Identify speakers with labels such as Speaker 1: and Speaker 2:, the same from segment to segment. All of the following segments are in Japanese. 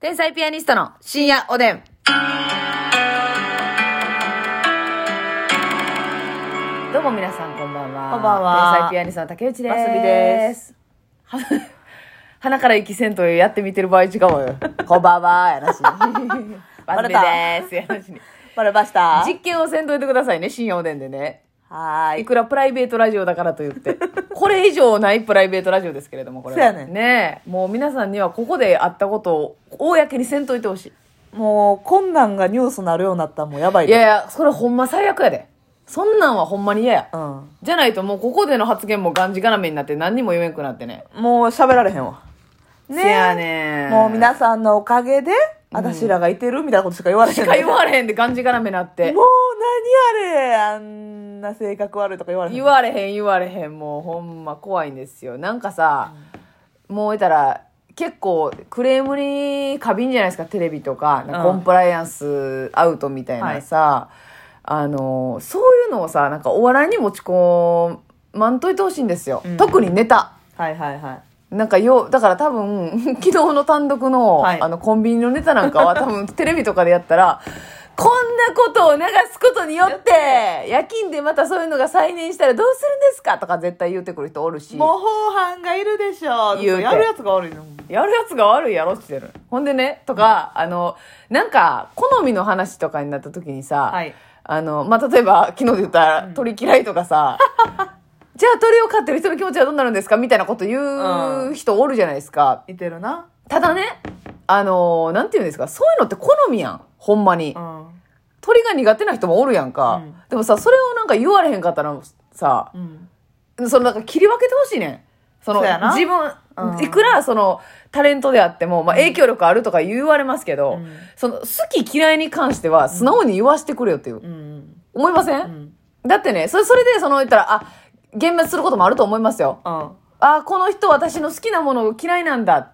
Speaker 1: 天才ピアニストの深夜おでん。どうも皆さんこんばんは。
Speaker 2: こんばんは
Speaker 1: 天才ピアニストの竹内です。
Speaker 2: ますみです。
Speaker 1: 鼻から息せんとやってみてる場合違う よ。こんばんは、やらしに。ますみです。やらしに。
Speaker 2: バレました
Speaker 1: 実験をせんといてくださいね、深夜おでんでね。
Speaker 2: はー
Speaker 1: い
Speaker 2: い。
Speaker 1: くらプライベートラジオだからと言って。これ以上ないプライベートラジオですけれども、これは。
Speaker 2: そうやねん
Speaker 1: ねえもう皆さんにはここで会ったことを公にせんといてほしい。
Speaker 2: もう、こんなんがニュースなるようになったらもうやばい
Speaker 1: い
Speaker 2: で。
Speaker 1: やいや、それほんま最悪やで。そんなんはほんまに嫌や。
Speaker 2: うん。
Speaker 1: じゃないともうここでの発言もがんじがらめになって何にも言えんくなってね。
Speaker 2: もう喋られへんわ。ね
Speaker 1: せやねん
Speaker 2: もう皆さんのおかげで、私らがいてるみたいなことしか言われへん、
Speaker 1: しか言われへんでがんじがらめなって
Speaker 2: も。う何あれあんな性格悪いとか言われへん。
Speaker 1: 言われへん言われへんもうほんま怖いんですよ。なんかさ、もう言ったら結構クレームに過敏じゃないですかテレビとかなんか
Speaker 2: うん
Speaker 1: コンプライアンスアウトみたいなさ、あのそういうのをさなんかお笑いに持ち込まんといてほしいんですよ。
Speaker 2: うん
Speaker 1: 特にネタ。
Speaker 2: はいはいはい。
Speaker 1: なんかよう、だから多分、 昨日の単独の、
Speaker 2: はい
Speaker 1: あの、コンビニのネタなんか は多分、テレビとかでやったら、こんなことを流すことによ って、夜勤でまたそういうのが再燃したらどうするんですかとか絶対言うてくる人おるし、
Speaker 2: 模倣犯がいるでしょ。
Speaker 1: 言うて
Speaker 2: やるやつが悪いの。
Speaker 1: やるやつが悪いやろって言ってる。ほんでね、とか、あの、なんか、好みの話とかになった時にさ、
Speaker 2: はい
Speaker 1: あの、まあ、例えば、昨日で言ったら、鳥嫌いとか さ、じゃあ鳥を飼ってる人の気持ちはどうなるんですかみたいなこと言う人おるじゃないですか。
Speaker 2: いてるな。
Speaker 1: ただね、あのーなんていうんですか、そういうのって好みやん。ほんまに。
Speaker 2: うん。
Speaker 1: 鳥が苦手な人もおるやんか。
Speaker 2: うん
Speaker 1: でもさ、それをなんか言われへんかったらさ
Speaker 2: う、ん。
Speaker 1: そのなんか切り分けてほしいねん。その、
Speaker 2: そうやな
Speaker 1: 自分、
Speaker 2: うん
Speaker 1: いくらその、タレントであっても、まあ影響力あるとか言われますけど、
Speaker 2: うん
Speaker 1: その、好き嫌いに関しては素直に言わしてくれよっていう。
Speaker 2: うん。
Speaker 1: 思いません、
Speaker 2: うん。
Speaker 1: だってね、それ、それでその言ったら、あ、幻滅することもあると思いますよ。
Speaker 2: うん。
Speaker 1: あ、この人私の好きなもの嫌いなんだ。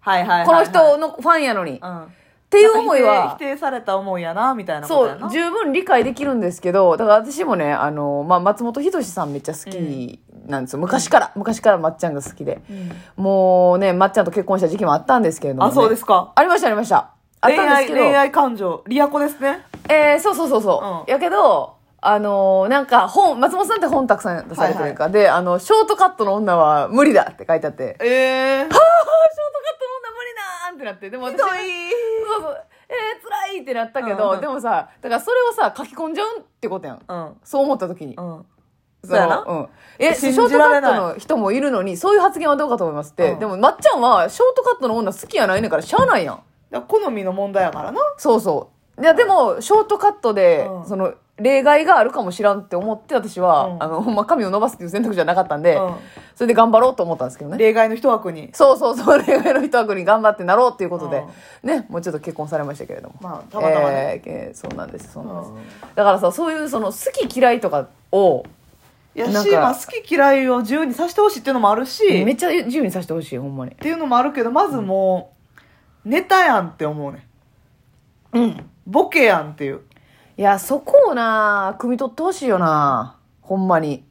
Speaker 2: はいはいはいはい。
Speaker 1: この人のファンやのに。っ
Speaker 2: うん。って
Speaker 1: いう思いは
Speaker 2: 否。定された思いやな、みたいなこと
Speaker 1: そ
Speaker 2: やな。
Speaker 1: う十分理解できるんですけどだから私もねあの、まあ、松本人志さんめっちゃ好きなんですよ、昔から昔からまっちゃんが好きで、
Speaker 2: ん
Speaker 1: もうねまっちゃんと結婚した時期もあったんですけれども、ね、
Speaker 2: あ、そうですか。
Speaker 1: ありましたありましたあっ
Speaker 2: 恋
Speaker 1: たんで
Speaker 2: 愛、
Speaker 1: すけど
Speaker 2: 恋愛感情。リアコですね。
Speaker 1: えーそうそうそうそう、
Speaker 2: うん
Speaker 1: やけどあのなんか本松本さんって本たくさん出されてるから、であの「ショートカットの女は無理だ」って書いてあって「あーショートカットの
Speaker 2: ええ
Speaker 1: 女無理だ!」ってなってでも
Speaker 2: ひ
Speaker 1: 私
Speaker 2: ど。
Speaker 1: はいそうそうえー、辛いってなったけ
Speaker 2: うん
Speaker 1: ど、
Speaker 2: うん
Speaker 1: でもさだからそれをさ書き込んじゃうってことやん
Speaker 2: うん。
Speaker 1: そう思った時に。
Speaker 2: うん。
Speaker 1: の
Speaker 2: そうやな
Speaker 1: うん。え、シ
Speaker 2: 信
Speaker 1: ョー
Speaker 2: じ
Speaker 1: ト
Speaker 2: ら
Speaker 1: カッ
Speaker 2: れない
Speaker 1: トの人もいるのに、そういう発言はどうかと思いますって。
Speaker 2: うん
Speaker 1: でも、まっちゃんは、ショートカットの女好きやないねんから、しゃあないやん。
Speaker 2: だから好みの問題やからな。
Speaker 1: そうそう。いや、でも、ショートカットで、
Speaker 2: うん
Speaker 1: その、例外があるかもしらんって思って、私は、
Speaker 2: うん
Speaker 1: あの、ほんま髪を伸ばすっていう選択肢はなかったんで、
Speaker 2: うん
Speaker 1: それで頑張ろうと思ったんですけどね。
Speaker 2: 例外の一枠に。
Speaker 1: そうそうそう、例外の一枠に頑張ってなろうっていうことで、ね、もうちょっと結婚されましたけれども。
Speaker 2: まあ、たまたまね。
Speaker 1: えーえーそうなんです、そうなんです。
Speaker 2: うん
Speaker 1: だからさ、そういう、その、好き嫌いとかを、
Speaker 2: いや
Speaker 1: なんか
Speaker 2: し、まあ、好き嫌いを自由にさせてほしいっていうのもあるし、
Speaker 1: め
Speaker 2: っ
Speaker 1: っちゃ自由にさせてほしい、ほんまに。
Speaker 2: ていうのもあるけど、まずもう、ネタやんって思うね。うん。ボケやんっていう。
Speaker 1: いや、そこをな、汲み取ってほしいよな。ほんまに。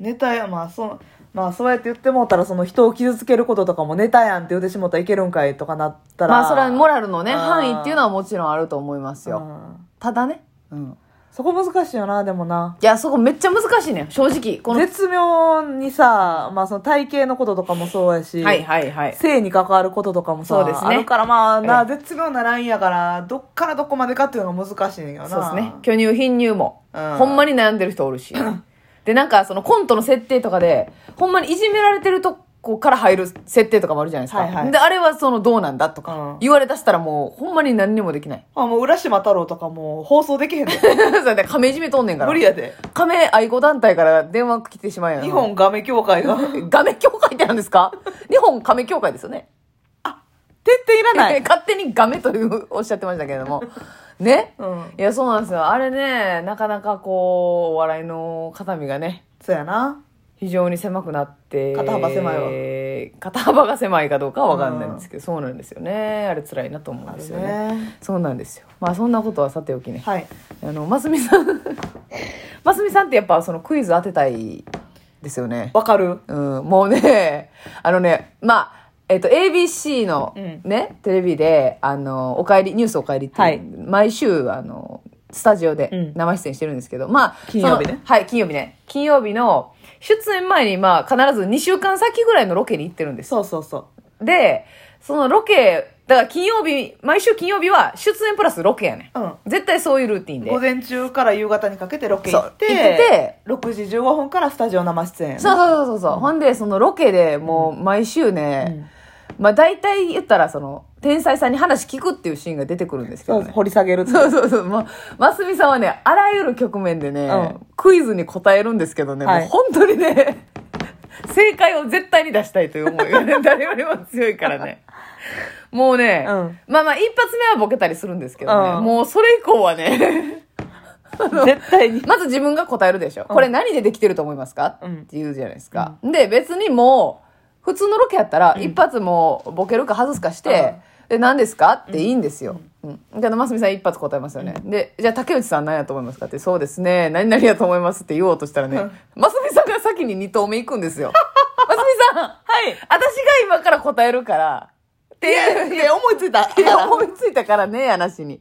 Speaker 2: ネタや、まあ、その、まあ、そうやって言ってもうたら、その人を傷つけることとかもネタやんって言ってしもったらいけるんかいとかなったら。
Speaker 1: まあ、それはモラルのね、
Speaker 2: あー
Speaker 1: 範囲っていうのはもちろんあると思います
Speaker 2: う
Speaker 1: よ。
Speaker 2: ん
Speaker 1: ただね。うん。
Speaker 2: そこ難しいよな、でもな。
Speaker 1: いや、そこめっちゃ難しいね。正直。この。
Speaker 2: 絶妙にさ、まあその体型のこととかもそうやし、
Speaker 1: はいはいはい。
Speaker 2: 性に関わることとかもさ、
Speaker 1: そうですね
Speaker 2: あるからまあな、
Speaker 1: え
Speaker 2: 絶妙なラインやから、どっからどこまでかっていうのが難しいんやけどな。
Speaker 1: そうですね。巨乳、貧乳も。
Speaker 2: うん
Speaker 1: ほんまに悩んでる人おる し。で、なんか、そのコントの設定とかで、ほんまにいじめられてるとこから入る設定とかもあるじゃないですか。
Speaker 2: はいはい
Speaker 1: で、あれはその、どうなんだと
Speaker 2: う
Speaker 1: か
Speaker 2: ん、
Speaker 1: 言われ出したらもう、ほんまに何にもでき ない。
Speaker 2: あ、もう浦島太郎とかもう放送できへん の。
Speaker 1: だって亀いじめとんねんから。
Speaker 2: 無理やで。
Speaker 1: 亀愛護団体から電話来てしまうやん。
Speaker 2: 日本画面協 会が。てっ
Speaker 1: ガメ協会って何です か日本ガメ協会ですよね。
Speaker 2: ていらない。
Speaker 1: 勝手にガメというおっしゃってましたけれど も。ね、
Speaker 2: うん
Speaker 1: いや、そうなんですよ。あれね、なかなかこう、お笑いの肩身がね、
Speaker 2: そうやな。
Speaker 1: 非常に狭くなって。
Speaker 2: 肩幅狭
Speaker 1: いわ。肩幅が狭いかどうかはわかんないんですけど、そうなんですよね。あれ辛いなと思うんですよね。
Speaker 2: ね。
Speaker 1: そうなんですよ。まあそんなことはさておきね。
Speaker 2: はい。
Speaker 1: あの、ますみさん。ますみさんってやっぱそのクイズ当てたいですよね。
Speaker 2: わかる
Speaker 1: うん、もうね、あのね、まあ、えっと、ABC の
Speaker 2: うん
Speaker 1: ね、テレビで、あの、おかえり、ニュースおかえりっていう、
Speaker 2: はい
Speaker 1: 毎週、あの、スタジオ
Speaker 2: う
Speaker 1: で
Speaker 2: ん
Speaker 1: 生出演してるんですけど、まあ、
Speaker 2: 金曜日ね
Speaker 1: そのはい、金曜日ね。金曜日の、出演前に、まあ、必ず2週間先ぐらいのロケに行ってるんです。
Speaker 2: そうそうそう。
Speaker 1: で、そのロケ、だから金曜日、毎週金曜日は出演プラスロケやね
Speaker 2: うん。
Speaker 1: ん。絶対そういうルーティンで。
Speaker 2: 午前中から夕方にかけてロケ行って、
Speaker 1: そう行って
Speaker 2: 6時15分からスタジオ生出演。
Speaker 1: そうそうそうそう。ほんで、そのロケでもう毎週ね、まあ大体言ったらその、天才さんに話聞くっていうシーンが出てくるんですけ
Speaker 2: そ
Speaker 1: ど
Speaker 2: う
Speaker 1: ね。
Speaker 2: 掘り下げるっていう
Speaker 1: そうそうそう。もう、ますみさんはね、あらゆる局面でね、
Speaker 2: うん
Speaker 1: クイズに答えるんですけどね、
Speaker 2: はい
Speaker 1: もう本当にね、 正解を絶対に出したいという思いがね、 誰よりも強いからね。もうね、
Speaker 2: うん
Speaker 1: まあまあ一発目はボケたりするんですけどね、
Speaker 2: うん
Speaker 1: もうそれ以降はね、
Speaker 2: 絶対に。
Speaker 1: まず自分が答えるでしょ。
Speaker 2: うん
Speaker 1: これ何でできてると思いますか、
Speaker 2: うん
Speaker 1: って言うじゃないですか。で、別にもう、普通のロケやったら、一発もうボケるか外すかして、で、何ですかっていいんですよ。うん。だから、ますみさん一発答えますよね。で、じゃあ、竹内さん何やと思いますかって、そうですね、何々やと思いますって言おうとしたらね、
Speaker 2: うん
Speaker 1: ますみさんが先に2投目行くんですよ。ますみさん
Speaker 2: はい。
Speaker 1: 私が今から答えるから。っていう、いや思いついた。思いついたからね、やなしに。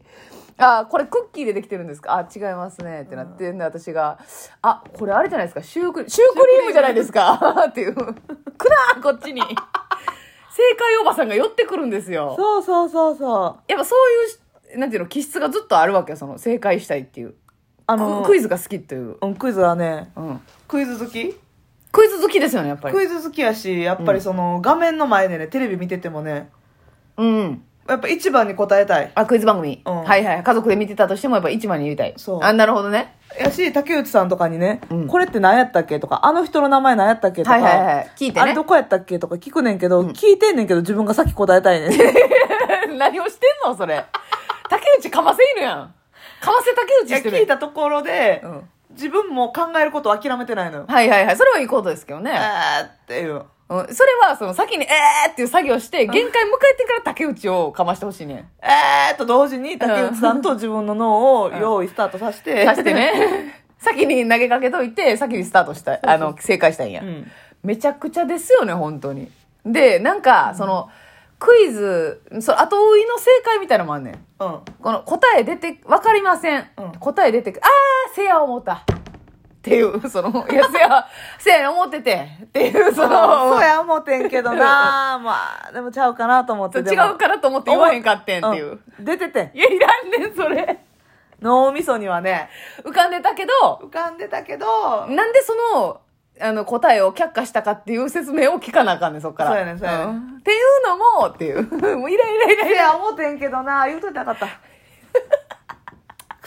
Speaker 1: あ、これクッキーでできてるんですかあ、違いますね。ってなって、んで、私が、あ、これあれじゃないですか。シュークリーム、シュークリームじゃないですか。っていう。くなーこっちに。正解おばさんが寄ってくるんですよ。
Speaker 2: そうそうそうそう。
Speaker 1: やっぱそういう、なんていうの、気質がずっとあるわけよ。その、正解したいっていう。
Speaker 2: あ
Speaker 1: ク
Speaker 2: の、
Speaker 1: クイ
Speaker 2: ズ。
Speaker 1: ズが好きっていう。
Speaker 2: うん、クイズはね、
Speaker 1: うん。
Speaker 2: クイズ好き
Speaker 1: クイズ好きですよね、やっぱり
Speaker 2: ク。イズ好きやし、やっぱりその、画面の前でね、テレビ見ててもね、
Speaker 1: うん。
Speaker 2: やっぱ一番に答えたい。
Speaker 1: あ、クイズ番組。
Speaker 2: うん
Speaker 1: はいはい。家族で見てたとしても、やっぱ一番に入れたい。
Speaker 2: そう
Speaker 1: あ、なるほどね。
Speaker 2: やし、竹内さんとかにね、
Speaker 1: うん
Speaker 2: これって何やったっけとか、あの人の名前何やったっけとか、
Speaker 1: はいはいはい。聞いて
Speaker 2: あれ
Speaker 1: ね
Speaker 2: ど。こやったっけとか聞くねんけど、聞いてんねんけど自分が先答えたい ねん。
Speaker 1: 何をしてんのそれ。竹内かませ犬やん。かませ竹
Speaker 2: い
Speaker 1: 内
Speaker 2: や
Speaker 1: してるや
Speaker 2: 聞
Speaker 1: ん
Speaker 2: いたところで、
Speaker 1: うん
Speaker 2: 自分も考えることを諦めてないのよ。
Speaker 1: はいはいはい。それはいいことですけどね。
Speaker 2: あーっていう。
Speaker 1: うん、それは、その先に、えーっていう作業して、限界迎えてから竹内をかましてほしいね。
Speaker 2: えーと同時に竹内さんと自分の脳を用意スタートさせて。
Speaker 1: さして。ね。 先に投げかけといて、先にスタートしたい。あの、正解したいんや。
Speaker 2: うん。
Speaker 1: めちゃくちゃですよね本当にでなんかその、クイズその後追いの正解みたいなのもあんねん
Speaker 2: うん。
Speaker 1: この答え出てわかりません、
Speaker 2: うん
Speaker 1: 答え出てくあーせや思ったっていうそのいやせや せや思っててっていうその
Speaker 2: そうや思てんけどなまあ、でもちゃうかなと思って。
Speaker 1: 違うからと思って言わへんかってんっていう、
Speaker 2: うん出ててん。
Speaker 1: いやいらんねんそれ
Speaker 2: 脳みそにはね、
Speaker 1: 浮かんでたけど
Speaker 2: 浮かんでたけど、
Speaker 1: なんでそのあの答えを却下したかっていう説明を聞かなあかんねんそっから
Speaker 2: そうやねんそうやねん
Speaker 1: んっていうのもっていうもうイ ライライライ
Speaker 2: せ
Speaker 1: ラ
Speaker 2: や思てんけどな言うといた かった。くっ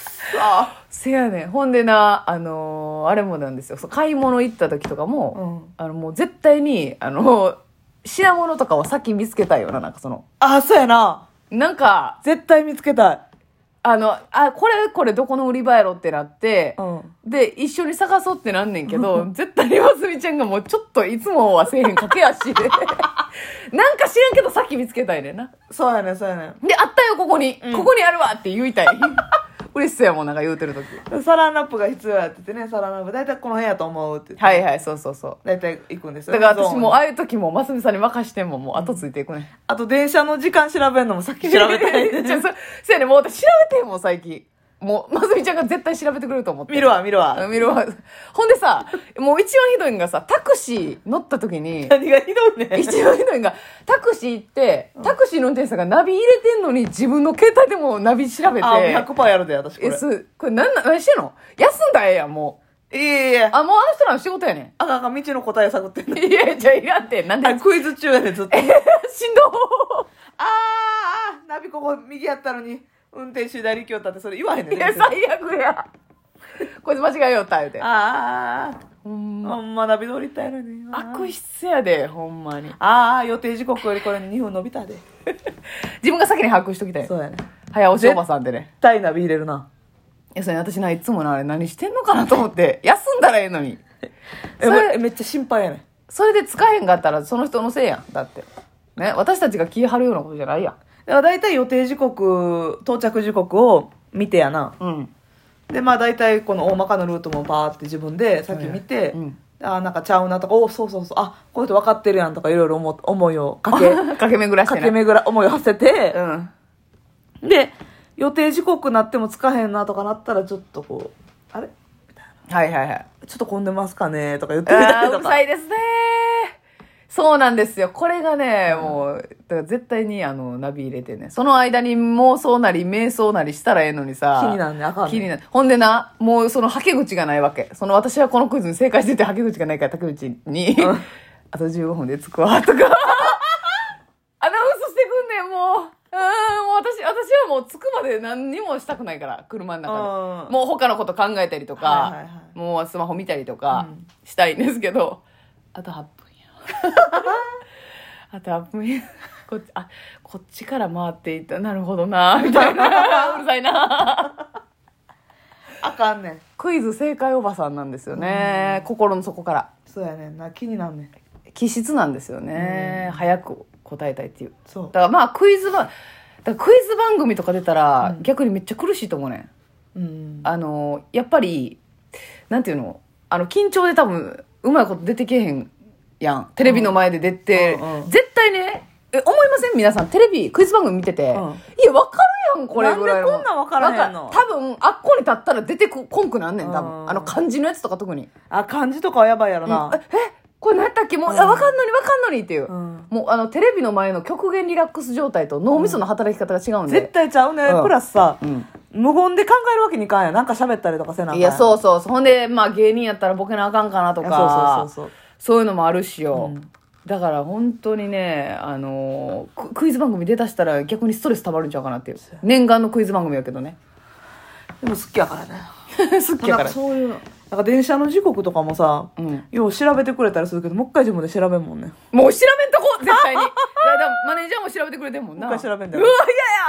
Speaker 2: そ
Speaker 1: せやねんほんでな、あのーあれもなんですよそう買い物行った時とかも、あのもう絶対に、あのー 品物とかは先見つけたいよななんかその
Speaker 2: あ、そうやな。
Speaker 1: なんか
Speaker 2: 絶対見つけたい。
Speaker 1: あのあこれこれどこの売り場やろってなって、
Speaker 2: うん。
Speaker 1: で一緒に探そうってなんねんけ ど絶対にますみちゃんがもうちょっといつもはせえへん駆け 足でなんか知らんけど先見つけたいねんな
Speaker 2: そうやねんそうやねん。
Speaker 1: であったよここに、
Speaker 2: うん
Speaker 1: ここにあるわって言い たい嬉しそうやもんなんか言うてる時
Speaker 2: サランラップが必要やって言ってね、サランラップ。大体この辺やと思うって言って。
Speaker 1: はいはいそうそうそう
Speaker 2: 大体行くんですよ。
Speaker 1: だから私も
Speaker 2: あ
Speaker 1: ああいう時もますみさんに任してももう後ついていくね。
Speaker 2: あと電車の時間調べるのもさっき調べたい
Speaker 1: じ ゃあそそやねもう私調べてんもん最近。もう、ますみちゃんが絶対調べてくれると思って。
Speaker 2: 見るわ見るわ。
Speaker 1: うん。見るわ。ほんでさ、もう一番ひどいんがさ、タクシー乗った時 に、
Speaker 2: 何がひどいねん。
Speaker 1: 一番ひどいんが、タクシー行って、タクシーの運転手さんがナビ入れてんのに自分の携帯でもナビ調べて、
Speaker 2: あ、100%やるで、私こ
Speaker 1: え、
Speaker 2: れ。
Speaker 1: す、これなんな、何してんの休んだらええやん、も。
Speaker 2: いやいやいうや。
Speaker 1: あ、もうあの人らの仕事やね
Speaker 2: あかんあかん、道の答え探ってんの
Speaker 1: ん。いや、じゃあいらんって、なんで、
Speaker 2: あクイズ中やで、ずっと。あー
Speaker 1: しんどー
Speaker 2: あー、ナビここ右やったのに、運転手左行きよったって、それ言わへんねん
Speaker 1: い
Speaker 2: ね。
Speaker 1: や、
Speaker 2: 別に
Speaker 1: 最悪や。こいつ間違えよった、言うて。
Speaker 2: あーあー
Speaker 1: ほん
Speaker 2: あー、
Speaker 1: ま。
Speaker 2: ほんまナビ通り行ったやのに。
Speaker 1: 悪質やで、ほんまに。
Speaker 2: ああ、予定時刻よりこれ2分伸びたで。
Speaker 1: 自分が先に把握しときたい。
Speaker 2: そうやね。
Speaker 1: 早押しおばさんでね。
Speaker 2: タイナビ入れるな。
Speaker 1: いや、それ私な、いつもな、あれ何してんのかなと思って、休んだらええのに。
Speaker 2: え
Speaker 1: それ
Speaker 2: めめっちゃ心配やねん。
Speaker 1: それで使えへんかったら、その人のせいやん。だって。ね、私たちが気張るようなことじゃないやん。
Speaker 2: だから大体予定時刻、到着時刻を見てやな。
Speaker 1: うん。
Speaker 2: で、まあ大体この大まかなルートもパーって自分でさっき見て、
Speaker 1: うん
Speaker 2: あなんかちゃうなとか、おそうそうそう、あこういう人分かってるやんとか、いろいろ思思 いをかけ、
Speaker 1: 駆け巡らして
Speaker 2: か
Speaker 1: ね
Speaker 2: け巡ら、思いを馳せて、
Speaker 1: うん
Speaker 2: で、予定時刻なってもつかへんなとかなったら、ちょっとこう、あれ
Speaker 1: はいはいはい
Speaker 2: ちょっと混んでますかねとか言ってみた
Speaker 1: あ
Speaker 2: り
Speaker 1: ーう
Speaker 2: と
Speaker 1: る
Speaker 2: か
Speaker 1: さ。いですねそうなんですよこれがね、もうだから絶対にあのナビ入れてねその間に妄想なり瞑想なりしたらええのにさ
Speaker 2: 気になんねあかんね
Speaker 1: 気になるほんでなもうそのはけ口がないわけその私はこのクイズに正解しててはけ口がないから竹内に、
Speaker 2: うん
Speaker 1: あと15分で着くわとか アナウンスしてくんねんもううんもう私私はもう着くまで何にもしたくないから車の中
Speaker 2: う
Speaker 1: で
Speaker 2: ん
Speaker 1: もう他のこと考えたりとか、
Speaker 2: はいはいはい
Speaker 1: もうスマホ見たりとか
Speaker 2: うん
Speaker 1: したいんですけど、あと8分や あと8分やこっちあこっちから回っていったなるほどなみたい なうるさいな
Speaker 2: あかんねん。
Speaker 1: クイズ正解おばさんなんですよね心の底から
Speaker 2: そうやねんな。気になんねん。
Speaker 1: 気質なんですよね早く答えたいっていう
Speaker 2: そ
Speaker 1: だ
Speaker 2: う
Speaker 1: か。らまあクイズ番だからクイズ番組とか出たら逆にめっちゃ苦しいと思うねん
Speaker 2: うん。
Speaker 1: あのやっぱりなんていうのあの緊張で多分うまいこと出てけへんやんテレビの前で出て、
Speaker 2: うんうん
Speaker 1: 絶対ねえ思いません皆さんテレビクイズ番組見てて、い
Speaker 2: ん
Speaker 1: や分かるやんこれぐらいの
Speaker 2: なんでこんなん分からへんの
Speaker 1: わか多分あっこに立ったら出てここんくなんねん多分、
Speaker 2: うん
Speaker 1: あの漢字のやつとか特に、
Speaker 2: あ、漢字とかはやばいやろな。
Speaker 1: ええこれ何やったっけもう、
Speaker 2: うん
Speaker 1: あ分かんのに分かんのにっていう、
Speaker 2: うん
Speaker 1: もうあのテレビの前の極限リラックス状態と脳みその働き方が違うんで、
Speaker 2: 絶対ちゃうね、
Speaker 1: うん
Speaker 2: プラスさ、
Speaker 1: うん
Speaker 2: 無言で考えるわけにいかんやんなんか喋ったりとかせなあかん
Speaker 1: いや
Speaker 2: う
Speaker 1: そうそうそうほんでまあ芸人やったらボケなあかんかなと
Speaker 2: そう
Speaker 1: か
Speaker 2: そうそうそう
Speaker 1: そういうのもあるしよ、
Speaker 2: うん
Speaker 1: だから本当にねあのーククイズ番組出だしたら逆にストレス溜まるんちゃうかなっていう念願のクイズ番組やけど ね
Speaker 2: でも好きやからね
Speaker 1: 好きやか
Speaker 2: なんからそういうのなんか電車の時刻とかもさ、
Speaker 1: うん
Speaker 2: よう調べてくれたりするけどもう一回自分で調べんもんね
Speaker 1: もう調べんとこ絶対にいやでもマネージャーも調べてくれてんもんな
Speaker 2: もう一回調べんだ
Speaker 1: う
Speaker 2: よ
Speaker 1: わ嫌や